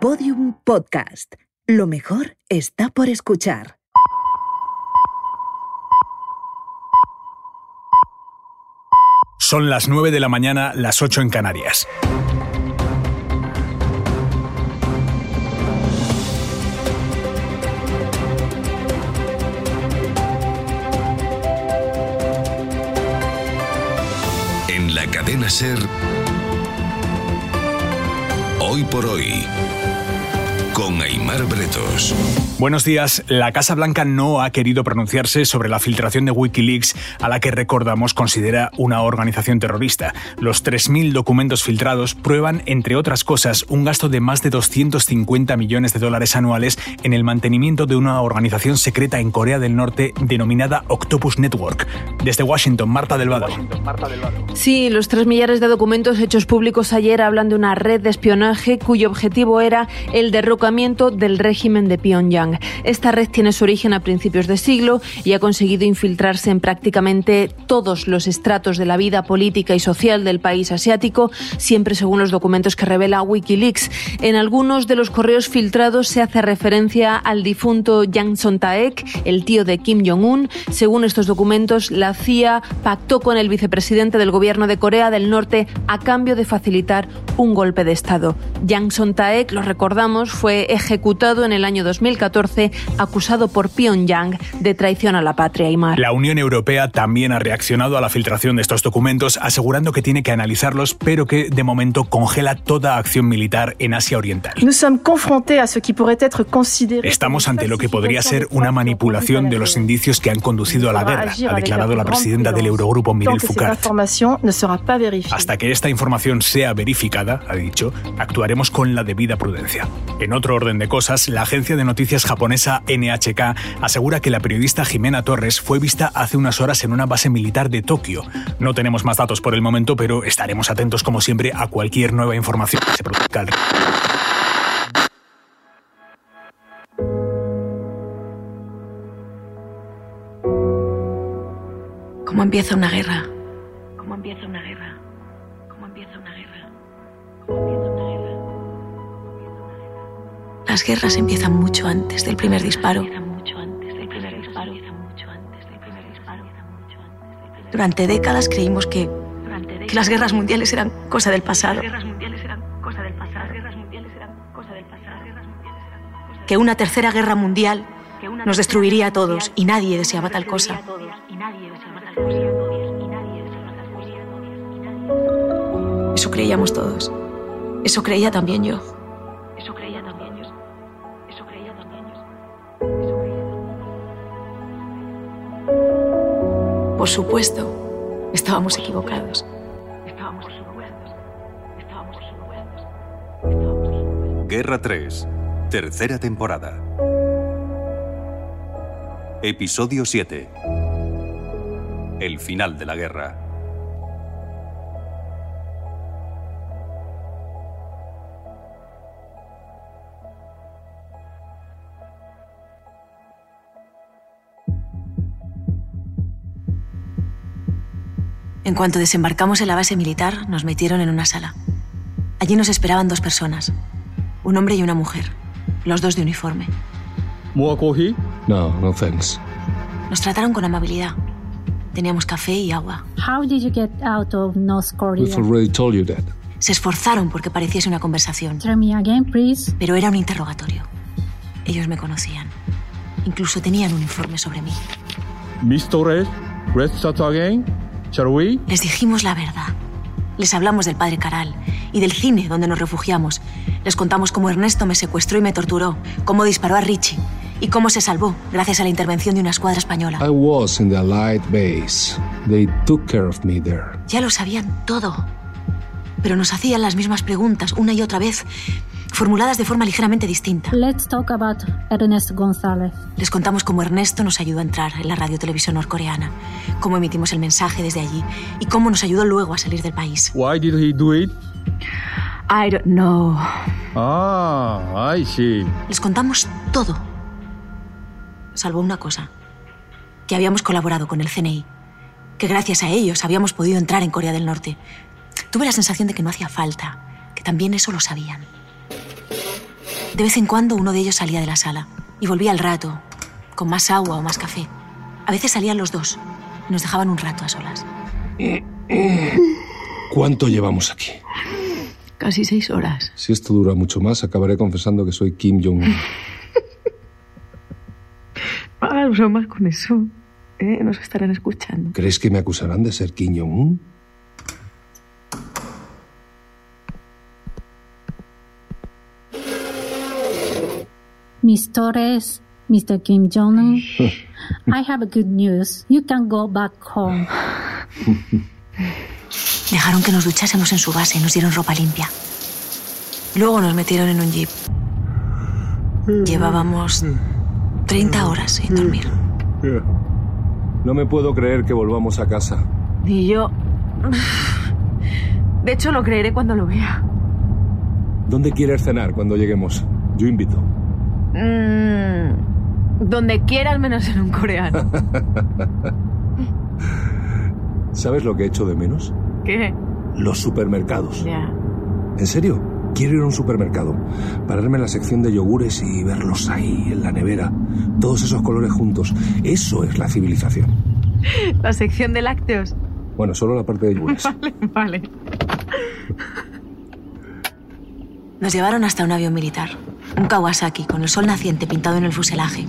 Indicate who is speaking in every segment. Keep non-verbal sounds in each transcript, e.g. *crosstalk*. Speaker 1: Podium Podcast. Lo mejor está por escuchar.
Speaker 2: Son las 9 de la mañana, las 8 en Canarias.
Speaker 3: En la cadena Ser. Hoy por hoy. Con Aymar Bretos.
Speaker 2: Buenos días. La Casa Blanca no ha querido pronunciarse sobre la filtración de Wikileaks, a la que recordamos considera una organización terrorista. Los 3.000 documentos filtrados prueban, entre otras cosas, un gasto de más de 250 millones de dólares anuales en el mantenimiento de una organización secreta en Corea del Norte denominada Octopus Network. Desde Washington, Marta del Vado.
Speaker 4: Sí, los tres millares de documentos hechos públicos ayer hablan de una red de espionaje cuyo objetivo era el derrocamiento del régimen de Pyongyang. Esta red tiene su origen a principios de siglo y ha conseguido infiltrarse en prácticamente todos los estratos de la vida política y social del país asiático, siempre según los documentos que revela Wikileaks. En algunos de los correos filtrados se hace referencia al difunto Yang Son-taek, el tío de Kim Jong-un. Según estos documentos, la CIA pactó con el vicepresidente del gobierno de Corea del Norte a cambio de facilitar un golpe de Estado. Yang Son-taek, lo recordamos, fue ejecutado en el año 2014 acusado por Pyongyang de traición a la patria y mar.
Speaker 2: La Unión Europea también ha reaccionado a la filtración de estos documentos, asegurando que tiene que analizarlos, pero que de momento congela toda acción militar en Asia Oriental.
Speaker 5: Nous sommes confrontés à ce qui pourrait être considéré.
Speaker 2: Estamos ante lo que podría ser una manipulación de los indicios que han conducido a la guerra, ha declarado la presidenta del Eurogrupo,
Speaker 5: Tant
Speaker 2: Miguel
Speaker 5: que cette
Speaker 2: Foucault.
Speaker 5: information ne sera pas vérifiée.
Speaker 2: Hasta que esta información sea verificada, ha dicho, actuaremos con la debida prudencia. En otro orden de cosas, la agencia de noticias japonesa NHK asegura que la periodista Jimena Torres fue vista hace unas horas en una base militar de Tokio. No tenemos más datos por el momento, pero estaremos atentos como siempre a cualquier nueva información que se produzca al
Speaker 6: ¿Cómo empieza una guerra? ¿Cómo empieza una guerra? ¿Cómo empieza una guerra? ¿Cómo empieza una guerra? Las guerras empiezan mucho antes del primer disparo. Durante décadas creímos que, que las guerras mundiales eran cosa del pasado. Que una tercera guerra mundial nos destruiría a todos y nadie deseaba tal cosa. Eso creíamos todos. Eso creía también yo. Eso creía también yo. Eso creía también yo. Por supuesto, estábamos equivocados. Estábamos equivocados. Estábamos equivocados. Estábamos equivocados.
Speaker 3: Guerra 3. Tercera temporada. Episodio 7. El final de la guerra.
Speaker 6: En cuanto desembarcamos en la base militar, nos metieron en una sala. Allí nos esperaban dos personas, un hombre y una mujer, los dos de uniforme.
Speaker 7: More coffee?
Speaker 8: No, no thanks.
Speaker 6: Nos trataron con amabilidad. Teníamos café y agua.
Speaker 9: How did you get uh, out of North
Speaker 8: We've
Speaker 9: Korea?
Speaker 8: already told you that.
Speaker 6: Se esforzaron porque pareciese una conversación,
Speaker 9: Tell me again, please.
Speaker 6: pero era un interrogatorio. Ellos me conocían. Incluso tenían un informe sobre mí.
Speaker 7: Miss Torres, let's start again, shall we?
Speaker 6: Les dijimos la verdad. Les hablamos del padre Caral y del cine donde nos refugiamos. Les contamos cómo Ernesto me secuestró y me torturó, cómo disparó a Richie y cómo se salvó gracias a la intervención de una escuadra española.
Speaker 8: I was in the Allied base. They took care of me there.
Speaker 6: Ya lo sabían todo. Pero nos hacían las mismas preguntas una y otra vez, formuladas de forma ligeramente distinta.
Speaker 9: Let's talk about Ernest González.
Speaker 6: Les contamos cómo Ernesto nos ayudó a entrar en la radiotelevisión norcoreana, cómo emitimos el mensaje desde allí y cómo nos ayudó luego a salir del país.
Speaker 7: Why did he do it?
Speaker 6: I don't know.
Speaker 7: Ah, I see.
Speaker 6: Les contamos todo. Salvo una cosa. Que habíamos colaborado con el CNI. Que gracias a ellos habíamos podido entrar en Corea del Norte. Tuve la sensación de que no hacía falta. Que también eso lo sabían.
Speaker 10: De vez en cuando uno de ellos salía de la sala y volvía al rato, con más agua o más café. A veces salían los dos y nos dejaban un rato a solas.
Speaker 11: ¿Cuánto llevamos aquí?
Speaker 6: Casi seis horas.
Speaker 12: Si esto dura mucho más, acabaré confesando que soy Kim Jong-un.
Speaker 6: No hagas bromas Ah, con eso. ¿eh? Nos estarán escuchando.
Speaker 12: ¿Crees que me acusarán de ser Kim Jong-un?
Speaker 9: Miss Torres, Mr. Kim Jong-un, I have good news. You can go back home.
Speaker 10: Dejaron que nos duchásemos en su base y nos dieron ropa limpia. Luego nos metieron en un jeep. Llevábamos 30 horas sin dormir.
Speaker 12: No me puedo creer que volvamos a casa.
Speaker 6: Y yo... De hecho, lo creeré cuando lo vea.
Speaker 12: ¿Dónde quieres cenar cuando lleguemos? Yo invito.
Speaker 6: Mm, donde quiera, al menos en un
Speaker 12: *laughs*
Speaker 6: coreano.
Speaker 12: *laughs* ¿Sabes lo que he hecho de menos?
Speaker 6: ¿Qué?
Speaker 12: Los supermercados.
Speaker 6: Ya.
Speaker 12: ¿En serio? Quiero ir a un supermercado, pararme en la sección de yogures y verlos ahí, en la nevera, todos esos colores juntos. Eso es la civilización.
Speaker 6: La sección de lácteos.
Speaker 12: Bueno, solo la parte de yogures.
Speaker 6: Vale, vale.
Speaker 10: Nos llevaron hasta un avión militar, un Kawasaki con el sol naciente pintado en el fuselaje.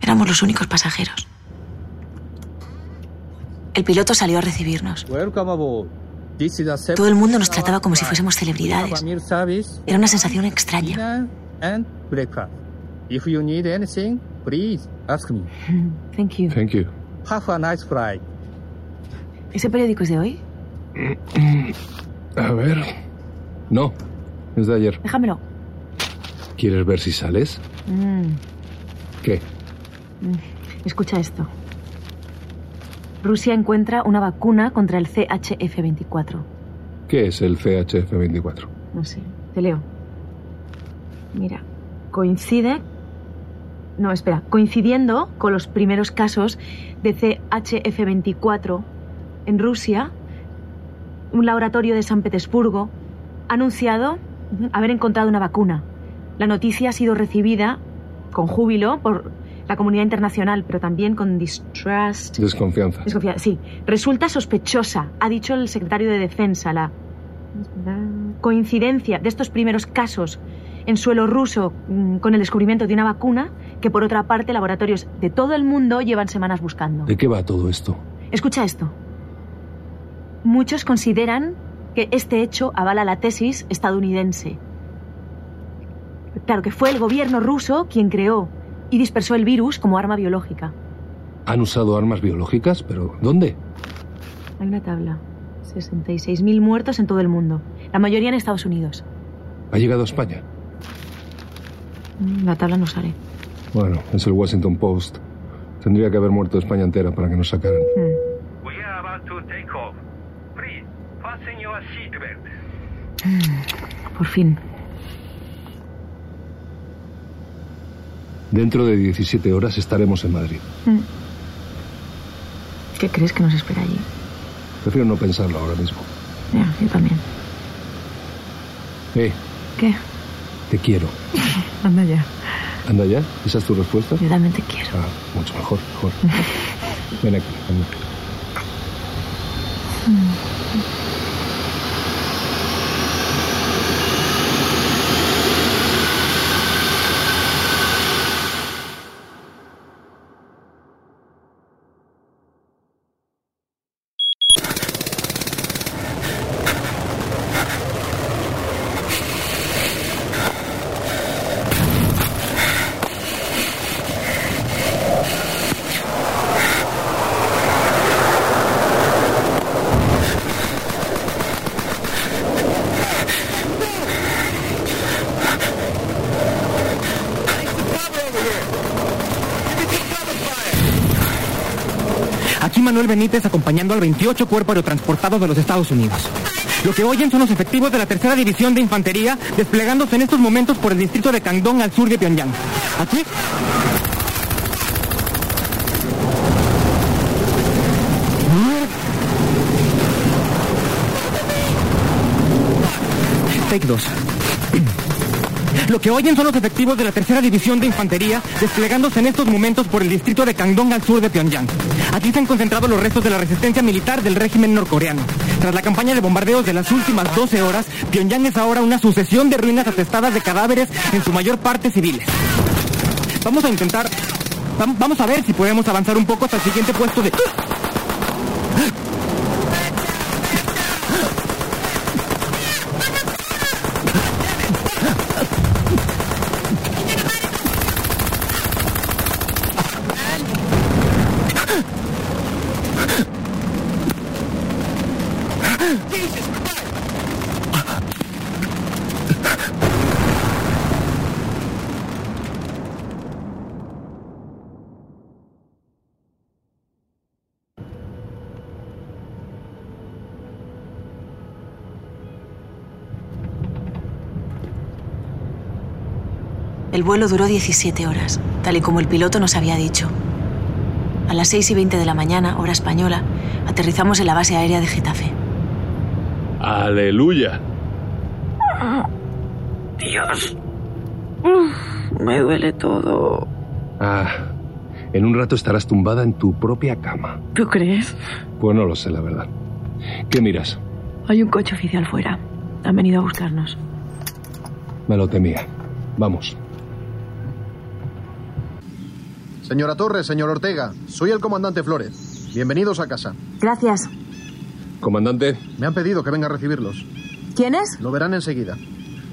Speaker 10: Éramos los únicos pasajeros. El piloto salió a recibirnos.
Speaker 7: Welcome aboard. This is a separate
Speaker 10: Todo el mundo nos trataba como si
Speaker 7: flight.
Speaker 10: fuésemos
Speaker 7: We
Speaker 10: celebridades.
Speaker 7: have a meal service,
Speaker 10: Era una sensación extraña.
Speaker 7: dinner and breakfast. If you need anything, please ask me.
Speaker 10: Hmm.
Speaker 6: Thank you.
Speaker 12: Thank you.
Speaker 7: Have a nice flight.
Speaker 6: ¿Ese periódico es de hoy?
Speaker 12: *clears throat* A ver. No, es de ayer.
Speaker 6: Déjamelo.
Speaker 12: ¿Quieres ver si sales?
Speaker 6: Mm,
Speaker 12: ¿Qué?
Speaker 6: escucha esto. Rusia encuentra una vacuna contra el CHF24.
Speaker 12: ¿Qué es el CHF24?
Speaker 6: No sé, te leo. Mira, coincide. No, espera, coincidiendo con los primeros casos de CHF24 en Rusia, un laboratorio de San Petersburgo ha anunciado haber encontrado una vacuna. La noticia ha sido recibida con júbilo por la comunidad internacional, pero también con distrust.
Speaker 12: Desconfianza.
Speaker 6: Desconfía- sí. Resulta sospechosa, ha dicho el secretario de Defensa, la coincidencia de estos primeros casos en suelo ruso mm, con el descubrimiento de una vacuna que, por otra parte, laboratorios de todo el mundo llevan semanas buscando.
Speaker 12: ¿De qué va todo esto?
Speaker 6: Escucha esto. Muchos consideran que este hecho avala la tesis estadounidense. Claro que fue el gobierno ruso quien creó y dispersó el virus como arma biológica.
Speaker 12: Han usado armas biológicas, pero ¿dónde?
Speaker 6: Hay una tabla. 66.000 muertos en todo el mundo. La mayoría en Estados Unidos.
Speaker 12: ¿Ha llegado a España?
Speaker 6: Mm, La tabla no sale.
Speaker 12: Bueno, es el Washington Post. Tendría que haber muerto España entera para que nos sacaran.
Speaker 6: Mm.
Speaker 13: We are about to take off. Please, fasten your seatbelt.
Speaker 6: Por fin.
Speaker 12: Dentro de 17 horas estaremos en Madrid.
Speaker 6: ¿Qué crees que nos espera allí?
Speaker 12: Prefiero no pensarlo ahora mismo.
Speaker 6: Ya, yo también.
Speaker 12: Eh,
Speaker 6: ¿Qué? *laughs*
Speaker 12: te quiero.
Speaker 6: Anda ya.
Speaker 12: Anda ya, ¿esa es tu respuesta?
Speaker 6: Yo también te quiero.
Speaker 12: Ah, mucho mejor, mejor.
Speaker 6: *laughs*
Speaker 12: Ven aquí, anda.
Speaker 14: Aquí Manuel Benítez acompañando al 28 cuerpo aerotransportado de los Estados Unidos. Lo que oyen son los efectivos de la tercera división de infantería desplegándose en estos momentos por el distrito de Kangdong al sur de Pyongyang. Aquí Take 2. Lo que oyen son los efectivos de la tercera división de infantería desplegándose en estos momentos por el distrito de Kangdong al sur de Pyongyang. Aquí se han concentrado los restos de la resistencia militar del régimen norcoreano. Tras la campaña de bombardeos de las últimas 12 horas, Pyongyang es ahora una sucesión de ruinas atestadas de cadáveres, en su mayor parte civiles. Vamos a intentar... vam- Vamos a ver si podemos avanzar un poco hasta el siguiente puesto de...
Speaker 6: El vuelo duró 17 horas, tal y como el piloto nos había dicho. A las 6 y 20 de la mañana, hora española, aterrizamos en la base aérea de *gasps* Getafe.
Speaker 15: Aleluya.
Speaker 16: Dios. Me duele todo.
Speaker 12: Ah, en un rato estarás tumbada en tu propia cama.
Speaker 16: ¿Tú crees?
Speaker 12: Pues no lo sé, la verdad. ¿Qué miras?
Speaker 16: Hay un coche oficial fuera. Han venido a buscarnos.
Speaker 12: Me lo temía. Vamos.
Speaker 17: Señora Torres, señor Ortega, soy el comandante Flores. Bienvenidos a casa.
Speaker 6: Gracias.
Speaker 12: Comandante.
Speaker 17: Me han pedido que venga a recibirlos.
Speaker 6: ¿Quién es?
Speaker 17: Lo verán enseguida.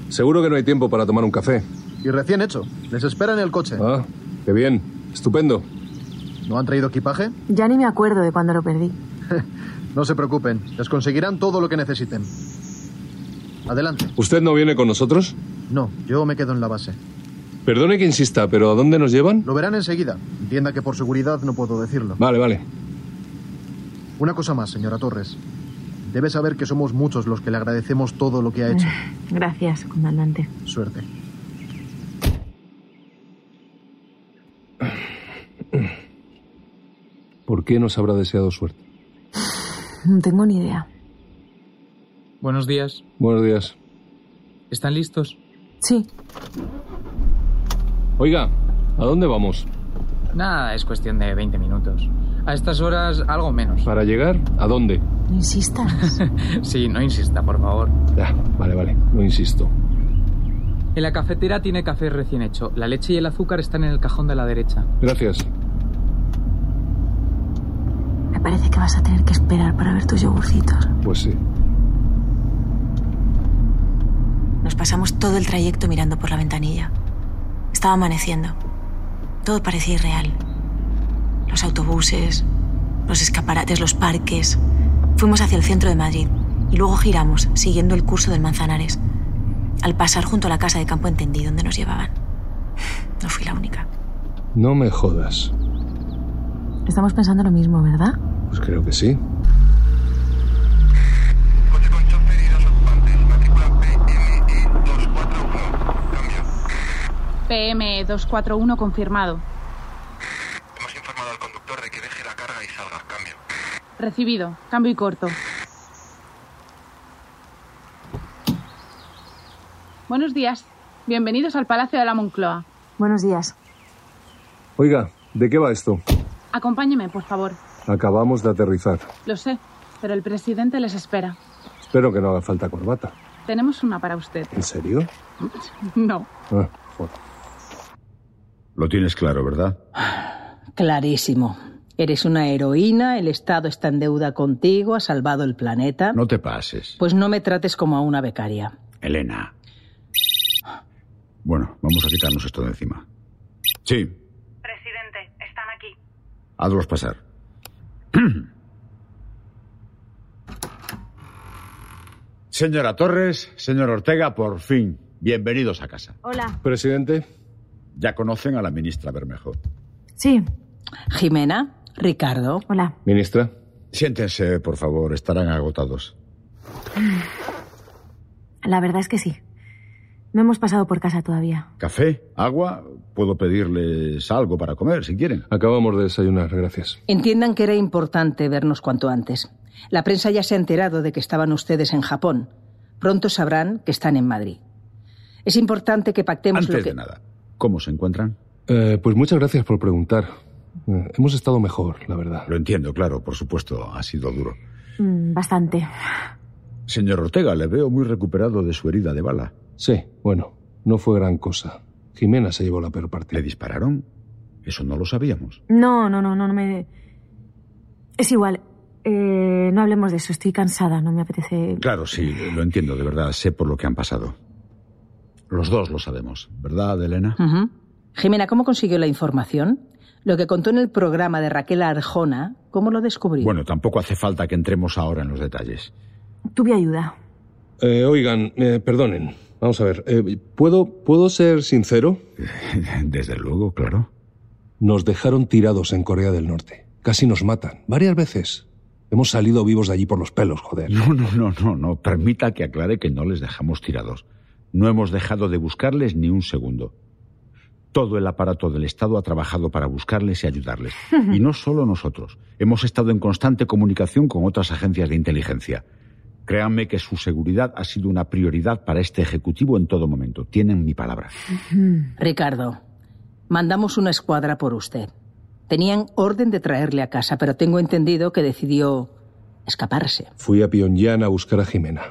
Speaker 12: Seguro que no hay tiempo para tomar un café.
Speaker 17: Y recién hecho. Les espera en el coche.
Speaker 12: Ah, qué bien. Estupendo.
Speaker 17: ¿No han traído equipaje?
Speaker 6: Ya ni me acuerdo de cuando lo perdí.
Speaker 17: *laughs* No se preocupen. Les conseguirán todo lo que necesiten. Adelante.
Speaker 12: ¿Usted no viene con nosotros?
Speaker 17: No, yo me quedo en la base.
Speaker 12: Perdone que insista, pero ¿a dónde nos llevan?
Speaker 17: Lo verán enseguida. Entienda que por seguridad no puedo decirlo.
Speaker 12: Vale, vale.
Speaker 17: Una cosa más, señora Torres. Debe saber que somos muchos los que le agradecemos todo lo que ha hecho.
Speaker 18: Gracias, comandante.
Speaker 6: Eh.
Speaker 17: Suerte.
Speaker 12: ¿Por qué nos habrá deseado suerte?
Speaker 6: No tengo ni idea.
Speaker 19: Buenos días.
Speaker 12: Buenos días.
Speaker 19: ¿Están listos?
Speaker 6: Sí.
Speaker 12: Oiga, ¿a dónde vamos?
Speaker 19: Nada, es cuestión de 20 minutos. A estas horas, algo menos.
Speaker 12: ¿Para llegar? ¿A dónde?
Speaker 6: No insistas.
Speaker 19: *laughs* sí, no insista, por favor.
Speaker 12: Ah, vale, vale, no insisto.
Speaker 19: En la cafetera tiene café recién hecho. La leche y el azúcar están en el cajón de la derecha.
Speaker 12: Gracias.
Speaker 6: Me parece que vas a tener que esperar para ver tus yogurcitos.
Speaker 12: Pues sí.
Speaker 6: Nos pasamos todo el trayecto mirando por la ventanilla. Estaba amaneciendo. Todo parecía irreal. Los autobuses, los escaparates, los parques. Fuimos hacia el centro de Madrid y luego giramos, siguiendo el curso del Manzanares, al pasar junto a la casa de Campo Entendí donde nos llevaban. No fui la única.
Speaker 12: No me jodas.
Speaker 6: Estamos pensando lo mismo, ¿verdad?
Speaker 12: Pues creo que sí.
Speaker 20: PM 241 confirmado. Hemos informado al conductor de que deje la carga y salga. Cambio. Recibido. Cambio y corto. Buenos días. Bienvenidos al Palacio de la Moncloa.
Speaker 6: Buenos días.
Speaker 12: Oiga, ¿de qué va esto?
Speaker 20: Acompáñeme, por favor.
Speaker 12: Acabamos de aterrizar.
Speaker 20: Lo sé, pero el presidente les espera.
Speaker 12: Espero que no haga falta corbata.
Speaker 20: Tenemos una para usted. *laughs*
Speaker 12: ¿En serio?
Speaker 20: No.
Speaker 12: Ah,
Speaker 21: Lo tienes claro, ¿verdad?
Speaker 22: Clarísimo. Eres una heroína, el Estado está en deuda contigo, has salvado el planeta.
Speaker 21: No te pases.
Speaker 22: Pues no me trates como a una becaria.
Speaker 21: Elena. Bueno, vamos a quitarnos esto de encima. Sí. Presidente, están aquí. Hazlos pasar. *clears throat* Señora Torres, señor Ortega, por fin, bienvenidos a casa.
Speaker 18: Hola.
Speaker 21: Presidente. Ya conocen a la ministra Bermejo.
Speaker 22: Sí. Jimena, Ricardo. Hola.
Speaker 21: Ministra. Siéntense, por favor, estarán agotados.
Speaker 6: La verdad es que sí. No hemos pasado por casa todavía.
Speaker 21: ¿Café? ¿Agua? Puedo pedirles algo para comer, si quieren. Acabamos de desayunar, gracias.
Speaker 22: Entiendan que era importante vernos cuanto antes. La prensa ya se ha enterado de que estaban ustedes en Japón. Pronto sabrán que están en Madrid. Es importante que pactemos
Speaker 21: Antes
Speaker 22: lo que...
Speaker 21: de nada, ¿cómo se encuentran?
Speaker 12: Eh, pues muchas gracias por preguntar. Eh, hemos estado mejor, la verdad.
Speaker 21: Lo entiendo, claro, por supuesto, ha sido duro.
Speaker 6: Mm, bastante.
Speaker 21: Señor Ortega, le veo muy recuperado de su herida de bala.
Speaker 12: Sí, bueno, no fue gran cosa. Jimena se llevó la peor parte.
Speaker 21: ¿Le dispararon? Eso no lo sabíamos.
Speaker 6: No, no, no, no, no me... Es igual. Eh, no hablemos de eso. Estoy cansada. No me apetece...
Speaker 21: Claro, sí, lo entiendo, de verdad, sé por lo que han pasado. Los dos lo sabemos, ¿verdad, Elena?
Speaker 22: Ujú. Jimena, ¿cómo consiguió la información? Lo que contó en el programa de Raquel Arjona, ¿cómo lo descubrió?
Speaker 21: Bueno, tampoco hace falta que entremos ahora en los detalles.
Speaker 6: Tuve ayuda.
Speaker 12: Eh, oigan, eh, perdonen. Vamos a ver, eh, ¿puedo, ¿puedo ser sincero?
Speaker 21: *laughs* Desde luego, claro.
Speaker 12: Nos dejaron tirados en Corea del Norte. Casi nos matan, varias veces. Hemos salido vivos de allí por los pelos, joder.
Speaker 21: No, no, no, no, no. Permita que aclare que no les dejamos tirados. No hemos dejado de buscarles ni un segundo. Todo el aparato del Estado ha trabajado para buscarles y ayudarles. Y no solo nosotros. Hemos estado en constante comunicación con otras agencias de inteligencia. Créanme que su seguridad ha sido una prioridad para este Ejecutivo en todo momento. Tienen mi palabra.
Speaker 22: Ricardo, mandamos una escuadra por usted. Tenían orden de traerle a casa, pero tengo entendido que decidió escaparse.
Speaker 12: Fui a Pyongyang a buscar a Jimena.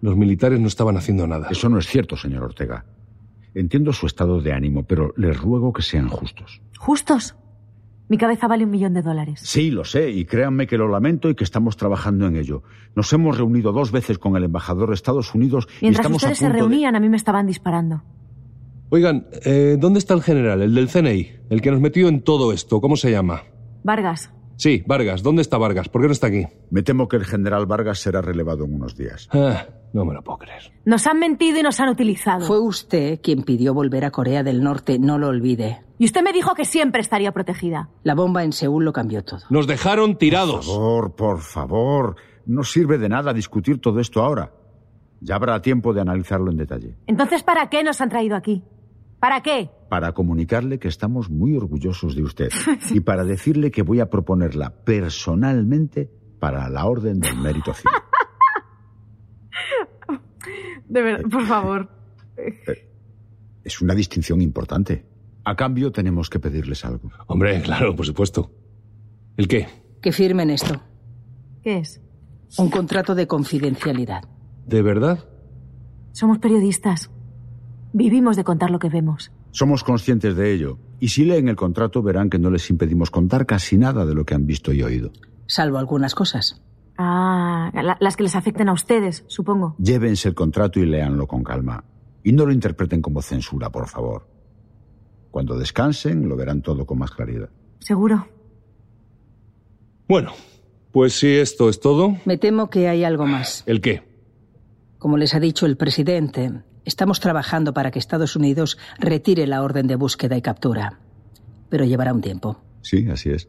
Speaker 12: Los militares no estaban haciendo nada.
Speaker 21: Eso no es cierto, señor Ortega. Entiendo su estado de ánimo, pero les ruego que sean justos.
Speaker 6: ¿Justos? Mi cabeza vale un millón de dólares.
Speaker 21: Sí, lo sé, y créanme que lo lamento y que estamos trabajando en ello. Nos hemos reunido dos veces con el embajador de Estados Unidos y
Speaker 6: Mientras
Speaker 21: estamos
Speaker 6: ustedes
Speaker 21: a
Speaker 6: se
Speaker 21: punto de-
Speaker 6: reunían, a mí me estaban disparando.
Speaker 12: Oigan, eh, ¿dónde está el general, el del CNI? El que nos metió en todo esto, ¿cómo se llama?
Speaker 6: Vargas.
Speaker 12: Sí, Vargas, ¿dónde está Vargas? ¿Por qué no está aquí?
Speaker 21: Me temo que el general Vargas será relevado en unos días.
Speaker 12: Ah, no me lo puedo creer.
Speaker 6: Nos han mentido y nos han utilizado.
Speaker 22: Fue usted quien pidió volver a Corea del Norte, no lo olvide.
Speaker 6: Y usted me dijo que siempre estaría protegida.
Speaker 22: La bomba en Seúl lo cambió todo.
Speaker 12: Nos dejaron tirados.
Speaker 21: Por favor, por favor. No sirve de nada discutir todo esto ahora. Ya habrá tiempo de analizarlo en detalle.
Speaker 6: Entonces, ¿para qué nos han traído aquí? ¿Para qué?
Speaker 21: Para comunicarle que estamos muy orgullosos
Speaker 6: *laughs*
Speaker 21: de usted y para decirle que voy a proponerla personalmente para la Orden del Mérito Civil.
Speaker 6: De verdad, por favor.
Speaker 21: Eh, Es una distinción importante. A cambio tenemos que pedirles algo.
Speaker 12: Hombre, claro, por supuesto. ¿El qué?
Speaker 22: Que firmen esto.
Speaker 6: ¿Qué es?
Speaker 22: Un contrato de confidencialidad.
Speaker 12: ¿De verdad?
Speaker 6: Somos periodistas. Vivimos de contar lo que vemos.
Speaker 21: Somos conscientes de ello. Y si leen el contrato verán que no les impedimos contar casi nada de lo que han visto y oído.
Speaker 22: Salvo algunas cosas.
Speaker 6: Ah, la- las que les afecten a ustedes, supongo.
Speaker 21: Llévense el contrato y léanlo con calma. Y no lo interpreten como censura, por favor. Cuando descansen lo verán todo con más claridad.
Speaker 6: Seguro.
Speaker 12: Bueno, pues si esto es todo,
Speaker 22: Me temo que hay algo más.
Speaker 12: ¿el qué?
Speaker 22: Como les ha dicho el presidente, estamos trabajando para que Estados Unidos retire la orden de búsqueda y captura. Pero llevará un tiempo.
Speaker 21: Sí, así es.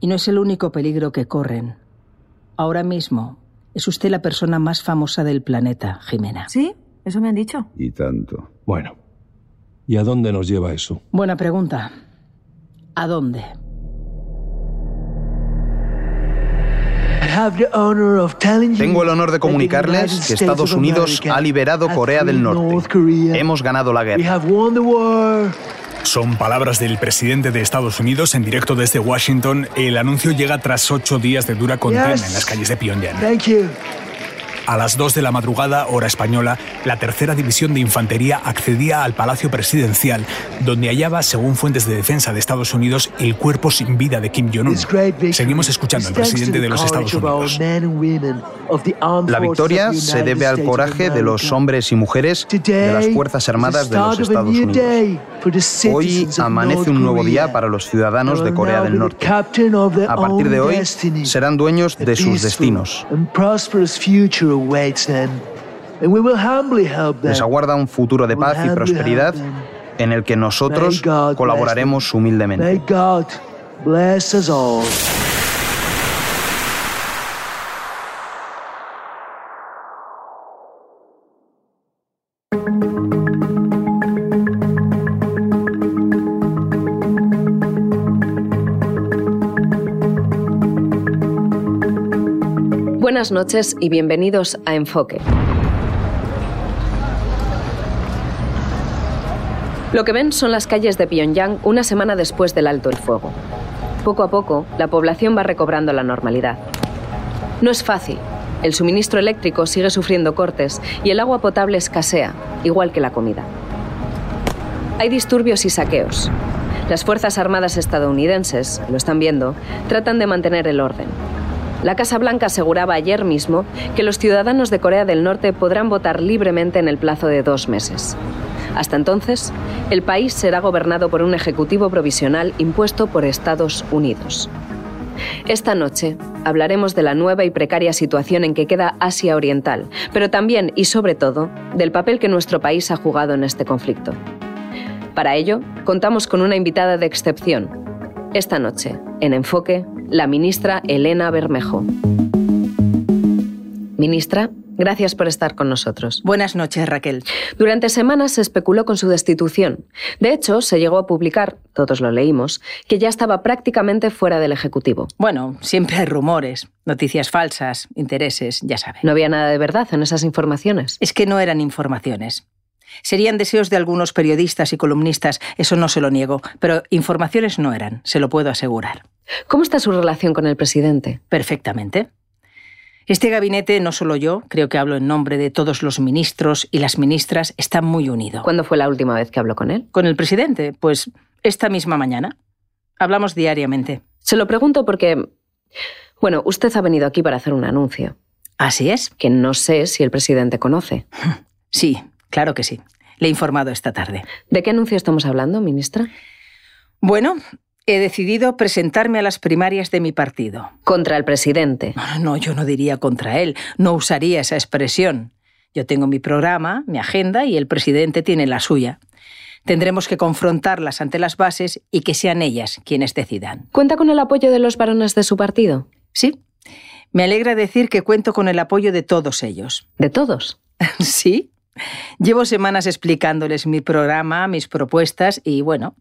Speaker 22: Y no es el único peligro que corren. Ahora mismo es usted la persona más famosa del planeta, Jimena.
Speaker 6: ¿Sí? ¿Eso me han dicho?
Speaker 21: Y tanto.
Speaker 12: Bueno, ¿y a dónde nos lleva eso?
Speaker 22: Buena pregunta. ¿A dónde?
Speaker 23: Tengo el honor de comunicarles que Estados Unidos ha liberado Corea del Norte. Hemos ganado la guerra.
Speaker 2: Son palabras del presidente de Estados Unidos en directo desde Washington. El anuncio llega tras ocho días de dura contienda
Speaker 24: Yes.
Speaker 2: en las calles de Pyongyang. A las 2 de la madrugada, hora española, la tercera división de infantería accedía al Palacio Presidencial, donde hallaba, según fuentes de defensa de Estados Unidos, el cuerpo sin vida de Kim Jong-un. Seguimos escuchando al presidente de los Estados Unidos.
Speaker 23: La victoria se debe al coraje de los hombres y mujeres de las Fuerzas Armadas de los Estados Unidos. Hoy amanece un nuevo día para los ciudadanos de Corea del Norte. A partir de hoy serán dueños de sus destinos. Les aguarda un futuro de paz y prosperidad en el que nosotros colaboraremos humildemente.
Speaker 25: May God bless us all.
Speaker 1: Buenas noches y bienvenidos a Enfoque, Lo que ven son las calles de Pyongyang una semana después del alto el fuego. Poco a poco, la población va recobrando la normalidad. No es fácil. El suministro eléctrico sigue sufriendo cortes y el agua potable escasea, igual que la comida. Hay disturbios y saqueos. Las Fuerzas Armadas estadounidenses, lo están viendo, tratan de mantener el orden. La Casa Blanca aseguraba ayer mismo que los ciudadanos de Corea del Norte podrán votar libremente en el plazo de dos meses. Hasta entonces, el país será gobernado por un ejecutivo provisional impuesto por Estados Unidos. Esta noche hablaremos de la nueva y precaria situación en que queda Asia Oriental, pero también y sobre todo del papel que nuestro país ha jugado en este conflicto. Para ello, contamos con una invitada de excepción. Esta noche, en Enfoque, la ministra Elena Bermejo. Ministra, Gracias por estar con nosotros.
Speaker 22: Buenas noches, Raquel.
Speaker 1: Durante semanas se especuló con su destitución. De hecho, se llegó a publicar, todos lo leímos, que ya estaba prácticamente fuera del Ejecutivo.
Speaker 22: Bueno, siempre hay rumores, noticias falsas, intereses, ya saben.
Speaker 1: No había nada de verdad en esas informaciones.
Speaker 22: Es que no eran informaciones. Serían deseos de algunos periodistas y columnistas, eso no se lo niego, pero informaciones no eran, se lo puedo asegurar.
Speaker 1: ¿Cómo está su relación con el presidente?
Speaker 22: Perfectamente. Este gabinete, no solo yo, creo que hablo en nombre de todos los ministros y las ministras, está muy unido.
Speaker 1: ¿Cuándo fue la última vez que habló con él?
Speaker 22: Con el presidente, pues esta misma mañana. Hablamos diariamente.
Speaker 1: Se lo pregunto porque, bueno, usted ha venido aquí para hacer un anuncio.
Speaker 22: Así es.
Speaker 1: Que no sé si el presidente conoce.
Speaker 22: *laughs* Sí, claro que sí. Le he informado esta tarde.
Speaker 1: ¿De qué anuncio estamos hablando, ministra?
Speaker 22: Bueno, he decidido presentarme a las primarias de mi partido.
Speaker 1: ¿Contra el presidente?
Speaker 22: No, no, yo no diría contra él, no usaría esa expresión. Yo tengo mi programa, mi agenda y el presidente tiene la suya. Tendremos que confrontarlas ante las bases y que sean ellas quienes decidan.
Speaker 1: ¿Cuenta con el apoyo de los varones de su partido?
Speaker 22: Sí. Me alegra decir que cuento con el apoyo de todos ellos.
Speaker 1: ¿De todos?
Speaker 22: *laughs* sí. Llevo semanas explicándoles mi programa, mis propuestas y bueno,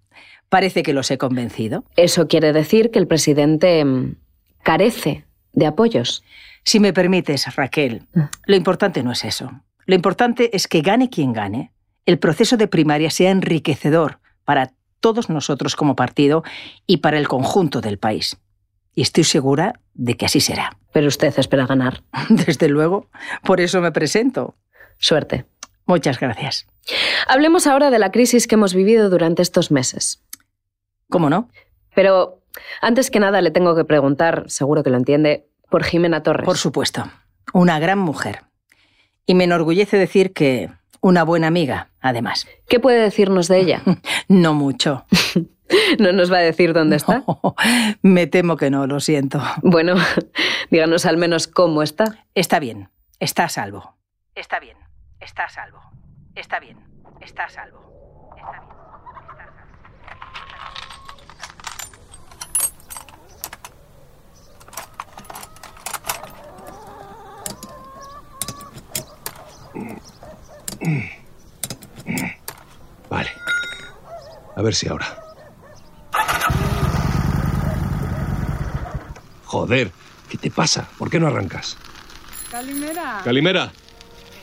Speaker 22: parece que los he convencido.
Speaker 1: Eso quiere decir que el presidente mm, carece de apoyos. Mm.
Speaker 22: Si me permites, Raquel, lo importante no es eso. Lo importante es que gane quien gane, el proceso de primaria sea enriquecedor para todos nosotros como partido y para el conjunto del país. Y estoy segura de que así será.
Speaker 1: Pero usted espera ganar.
Speaker 22: *laughs* Desde luego, por eso me presento.
Speaker 1: Suerte.
Speaker 22: Muchas gracias.
Speaker 1: Hablemos ahora de la crisis que hemos vivido durante estos meses.
Speaker 22: ¿Cómo no?
Speaker 1: Pero antes que nada le tengo que preguntar, seguro que lo entiende, por Jimena Torres.
Speaker 22: Por supuesto, una gran mujer. Y me enorgullece decir que una buena amiga, además.
Speaker 1: *laughs* ¿Qué puede decirnos de ella?
Speaker 22: *laughs* no mucho.
Speaker 1: ¿No nos va a decir dónde está?
Speaker 22: No, *laughs* me temo que no, lo siento.
Speaker 1: Bueno, *laughs* díganos al menos cómo está.
Speaker 22: Está bien, está a salvo. Está bien, está a salvo. Está bien, está a salvo. Está bien.
Speaker 12: Vale. A ver si ahora. Joder, ¿qué te pasa? ¿Por qué no arrancas?
Speaker 20: Calimera.
Speaker 12: Calimera.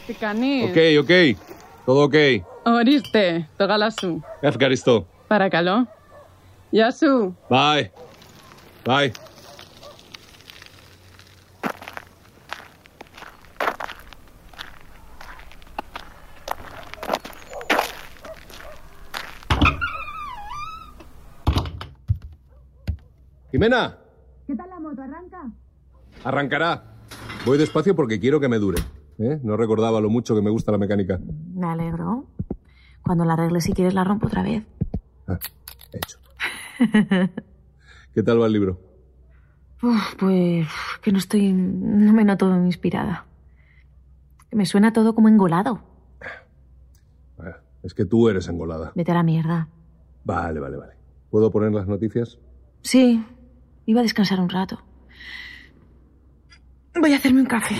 Speaker 20: Picaní.
Speaker 12: Ok, ok. Todo ok.
Speaker 20: Oriste, togalasu.
Speaker 12: Efgaristo.
Speaker 20: Para caló. Yasu.
Speaker 12: Bye. Bye. Jimena.
Speaker 26: ¿Qué tal la moto? ¿Arranca?
Speaker 12: Arrancará. Voy despacio porque quiero que me dure. ¿eh? No recordaba lo mucho que me gusta la mecánica.
Speaker 22: Me alegro. Cuando la arregles, si quieres, la rompo otra vez. *laughs*
Speaker 12: Ah, hecho. ¿Qué tal va el libro?
Speaker 22: Uf, pues que no estoy... No me noto inspirada. Me suena todo como engolado.
Speaker 12: Ah, Es que tú eres engolada.
Speaker 22: Vete a la mierda.
Speaker 12: Vale, vale, vale. ¿Puedo poner las noticias?
Speaker 22: Sí, Iba a descansar un rato. Voy a hacerme un café.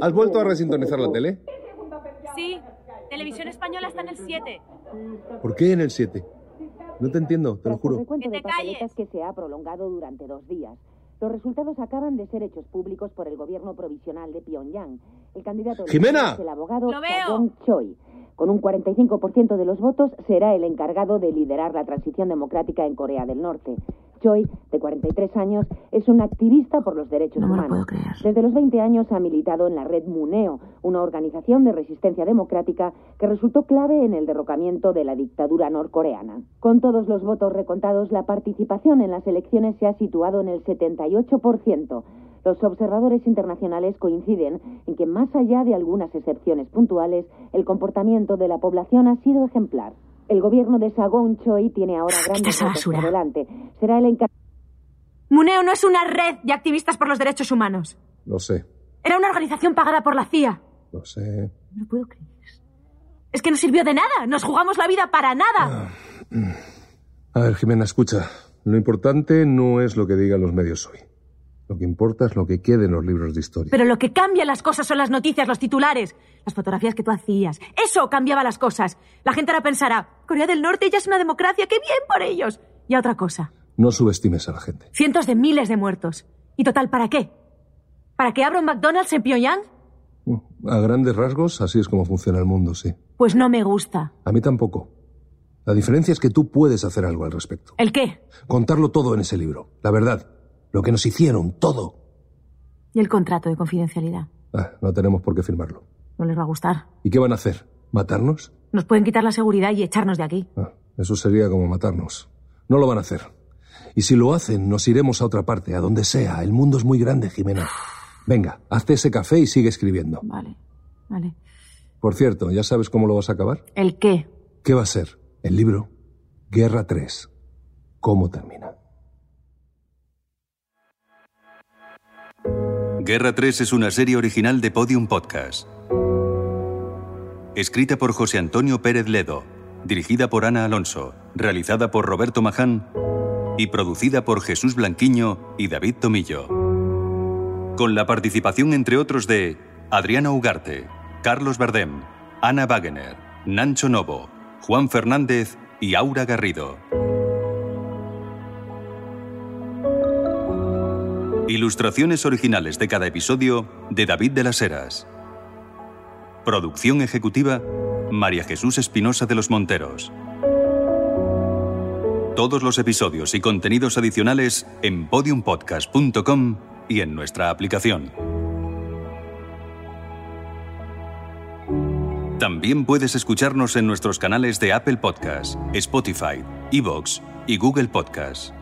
Speaker 12: ¿Has vuelto a resintonizar la tele?
Speaker 27: Sí, Televisión Española está en el 7.
Speaker 12: ¿Por qué en el 7? No te entiendo, te lo juro.
Speaker 27: Que te calles.
Speaker 28: que se ha prolongado durante dos días.
Speaker 3: Los resultados acaban de ser hechos públicos por el gobierno provisional de Pyongyang. El candidato
Speaker 4: ¡Jimena!
Speaker 3: es el abogado Dong Choi. Con un 45% de los votos será el encargado de liderar la transición democrática en Corea del Norte. Choi, de 43 años, es un activista por los derechos
Speaker 29: No me lo puedo
Speaker 3: humanos.
Speaker 29: creer.
Speaker 3: Desde los 20 años ha militado en la red Muneo, una organización de resistencia democrática que resultó clave en el derrocamiento de la dictadura norcoreana. Con todos los votos recontados, la participación en las elecciones se ha situado en el 78%. Los observadores internacionales coinciden en que, más allá de algunas excepciones puntuales, el comportamiento de la población ha sido ejemplar. El gobierno de Sagón Choi tiene ahora grandes
Speaker 6: esa
Speaker 3: retos por
Speaker 6: basura.
Speaker 3: delante. Será el encargado
Speaker 6: Muneo no es una red de activistas por los derechos humanos.
Speaker 12: Lo sé,
Speaker 6: Era una organización pagada por la CIA.
Speaker 12: lo sé.
Speaker 6: No puedo creer. Es que no sirvió de nada. Nos jugamos la vida para nada.
Speaker 12: A ver, Jimena, escucha. Lo importante no es lo que digan los medios hoy. Lo que importa es lo que quede en los libros de historia.
Speaker 6: Pero lo que cambia las cosas son las noticias, los titulares, las fotografías que tú hacías. Eso cambiaba las cosas. La gente ahora pensará, Corea del Norte ya es una democracia, qué bien por ellos. Y a otra cosa,
Speaker 12: No subestimes a la gente.
Speaker 6: cientos de miles de muertos. ¿Y total para qué? ¿Para que abra un McDonald's en Pyongyang?
Speaker 12: A grandes rasgos, así es como funciona el mundo, sí.
Speaker 6: Pues no me gusta.
Speaker 12: A mí tampoco. La diferencia es que tú puedes hacer algo al respecto.
Speaker 6: ¿El qué?
Speaker 12: Contarlo todo en ese libro. La verdad. Lo que nos hicieron, todo.
Speaker 6: Y el contrato de confidencialidad.
Speaker 12: Ah, no tenemos por qué firmarlo.
Speaker 6: No les va a gustar.
Speaker 12: ¿Y qué van a hacer? ¿Matarnos?
Speaker 6: Nos pueden quitar la seguridad y echarnos de aquí.
Speaker 12: Eso sería como matarnos. No lo van a hacer. Y si lo hacen, nos iremos a otra parte, a donde sea. El mundo es muy grande, Jimena. Venga, hazte ese café y sigue escribiendo.
Speaker 6: Vale, vale.
Speaker 12: Por cierto, ¿ya sabes cómo lo vas a acabar?
Speaker 6: ¿El qué?
Speaker 12: ¿Qué va a ser? El libro Guerra 3. ¿Cómo termina?
Speaker 5: Guerra 3 es una serie original de Podium Podcast. Escrita por José Antonio Pérez Ledo, dirigida por Ana Alonso, realizada por Roberto Maján y producida por Jesús Blanquiño y David Tomillo. Con la participación, entre otros, de Adriana Ugarte, Carlos Verdem, Ana Wagener, Nancho Novo, Juan Fernández y Aura Garrido. Ilustraciones originales de cada episodio de David de las Heras. Producción ejecutiva María Jesús Espinosa de los Monteros. Todos los episodios y contenidos adicionales en podiumpodcast.com y en nuestra aplicación. También puedes escucharnos en nuestros canales de Apple Podcast, Spotify, Evox y Google Podcast.